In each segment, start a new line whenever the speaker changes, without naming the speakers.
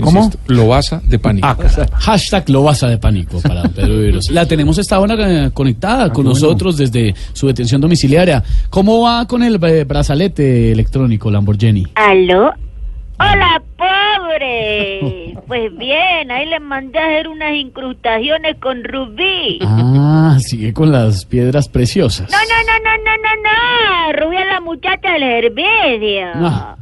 ¿Cómo?
Insisto, Lobaza de pánico.
Ah,
Hashtag Lobaza de Pánico para don Pedro Viveros. La tenemos esta hora eh, conectada con nosotros desde su detención domiciliaria. ¿Cómo va con el eh, brazalete electrónico Lamborghini?
¿Aló? ¡Hola, pobre! Pues bien, ahí les mandé a hacer unas incrustaciones con rubí.
Ah, sigue con las piedras preciosas.
No, no, no, no, no, no, no. Rubí es la muchacha del servicio.
Ah,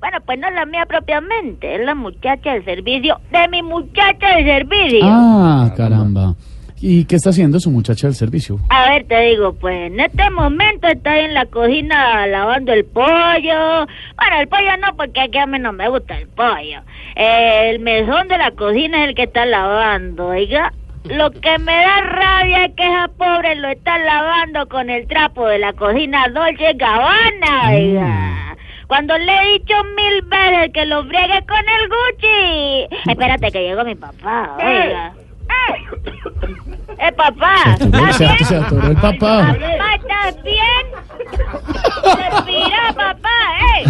Bueno, pues no es la mía propiamente, es la muchacha del servicio de mi muchacha del servicio.
ah, caramba. ¿Y qué está haciendo su muchacha del servicio?
A ver, te digo, pues en este momento está en la cocina lavando el pollo. Bueno, el pollo no, porque aquí a mí no me gusta el pollo. Eh, el mesón de la cocina es el que está lavando, oiga. Lo que me da rabia es que esa pobre lo está lavando con el trapo de la cocina Dolce Gabbana, oiga. Cuando le he dicho mil veces que lo friegue con el Gucci. Ay, espérate que llegó mi papá, oiga. Eh, papá, ¿estás
Se,
bien?
se atoró el papá.
Papá, ¿estás bien? Respira, papá, ¿eh?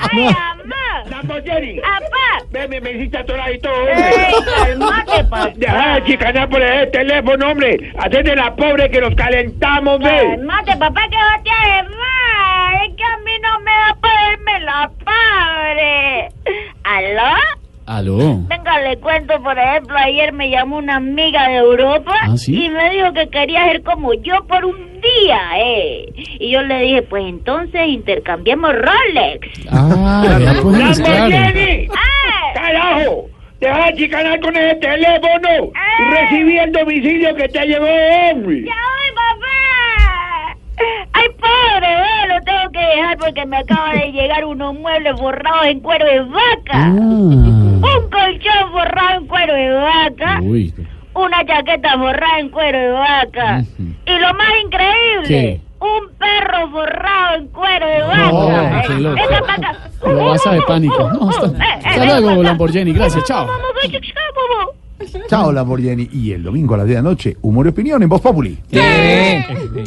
¡Ay, mamá!
Lamborghini,
¡Papá!
ve, me, me hiciste atorado y todo,
Ah. ¡Ey,
hombre.
cálmate, papá!
Deja de chicanar por el teléfono, hombre. Atende la pobre que nos calentamos, ve.
¡Cálmate, papá, que va a te arremar! ¡Es que a mí no me da poderme la padre! ¿Aló?
Aló.
Venga, le cuento, por ejemplo, ayer me llamó una amiga de Europa
Ah, ¿sí?
y me dijo que quería ser como yo por un día, ¿eh? Y yo le dije, pues entonces intercambiemos Rolex.
Ah, vea, pues, claro.
¡Lamborghini!
¡Ah!
¡Carajo! Deja de chicanar con ese teléfono.
Ah.
Recibí el domicilio que te llevó, hombre.
¡Ya voy, papá! ¡Ay, pobre! eh, Lo tengo que dejar porque me acaba de llegar unos muebles borrados en cuero de vaca.
Ah.
Un colchón borrado en cuero de vaca.
Uy,
Una chaqueta borrada en cuero de vaca.
Ujú.
Y lo más increíble...
¿Qué?
Un perro borrado en cuero de
No,
vaca. Eh, Uh,
qué loco.
venga pa' acá.
lo vas a de pánico. No, hasta,
Eh, eh,
hasta
venga pa'
luego,
acá.
Lamborghini. Gracias, chao.
Vamos, vamos, vamos.
Chao, Lamborghini. Y el domingo a las 10 de la noche, humor y opinión en Voz Populi.
Sí.